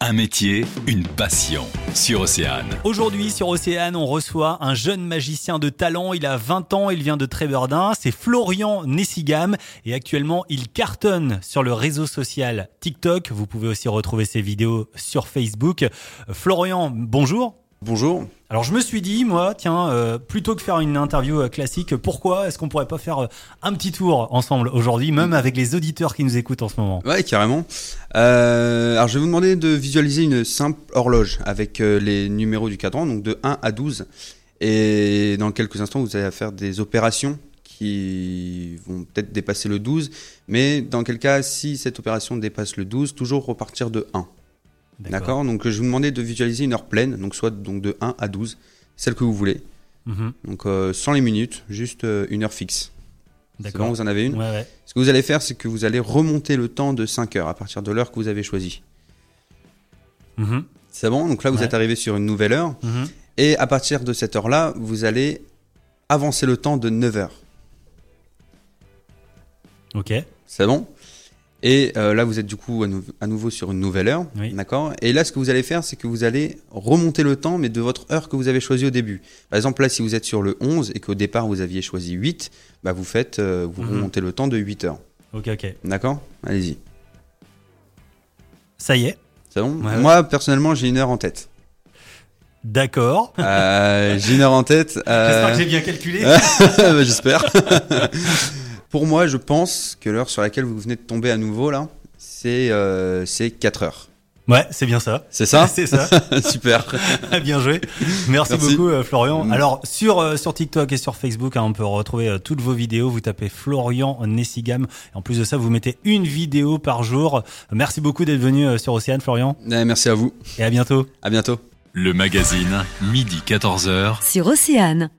un métier, une passion sur Océane. Aujourd'hui sur Océane, on reçoit un jeune magicien de talent. Il a 20 ans, il vient de Trébordin. C'est Florian Nessigam et actuellement il cartonne sur le réseau social TikTok. Vous pouvez aussi retrouver ses vidéos sur Facebook. Florian, bonjour. Bonjour. Alors je me suis dit, moi, tiens, euh, plutôt que faire une interview euh, classique, pourquoi est-ce qu'on pourrait pas faire euh, un petit tour ensemble aujourd'hui, même avec les auditeurs qui nous écoutent en ce moment Ouais, carrément. Euh, alors, je vais vous demander de visualiser une simple horloge avec euh, les numéros du cadran, donc de 1 à 12. Et dans quelques instants, vous allez faire des opérations qui vont peut-être dépasser le 12. Mais dans quel cas, si cette opération dépasse le 12, toujours repartir de 1. D'accord Donc, euh, je vais vous demander de visualiser une heure pleine, donc soit donc de 1 à 12, celle que vous voulez. Mhm, Donc, euh, sans les minutes, juste euh, une heure fixe. C'est D'accord. bon, vous en avez une Ouais, ouais. Ce que vous allez faire, c'est que vous allez remonter le temps de 5 heures à partir de l'heure que vous avez choisie. Mhm, C'est bon Donc là, vous Ouais. êtes arrivé sur une nouvelle heure. mhm. Et à partir de cette heure-là, vous allez avancer le temps de 9 heures. Ok. C'est bon Et euh, là, vous êtes du coup à, nou- à nouveau sur une nouvelle heure. Oui. D'accord Et là, ce que vous allez faire, c'est que vous allez remonter le temps, mais de votre heure que vous avez choisie au début. Par exemple, là, si vous êtes sur le 11 et qu'au départ, vous aviez choisi 8, bah, vous faites, euh, vous Mhm. remontez le temps de 8 heures. Ok, ok. D'accord Allez-y. Ça y est. C'est bon Ouais, ouais. Moi, personnellement, j'ai une heure en tête. D'accord. Euh, j'ai une heure en tête. euh, J'espère que j'ai bien calculé. Bah, J'espère. Pour moi, je pense que l'heure sur laquelle vous venez de tomber à nouveau, là, c'est euh, c'est 4 heures. Ouais, c'est bien ça. C'est ça C'est ça. Super. Bien joué. Merci, Merci. beaucoup euh, Florian. Mm. Alors sur euh, sur TikTok et sur Facebook, hein, on peut retrouver euh, toutes vos vidéos. Vous tapez Florian Nessigam. Et en plus de ça, vous mettez une vidéo par jour. Merci beaucoup d'être venu euh, sur Océane, Florian. Ouais, merci à vous. Et à bientôt. À bientôt. Le magazine, midi 14h, sur Océane.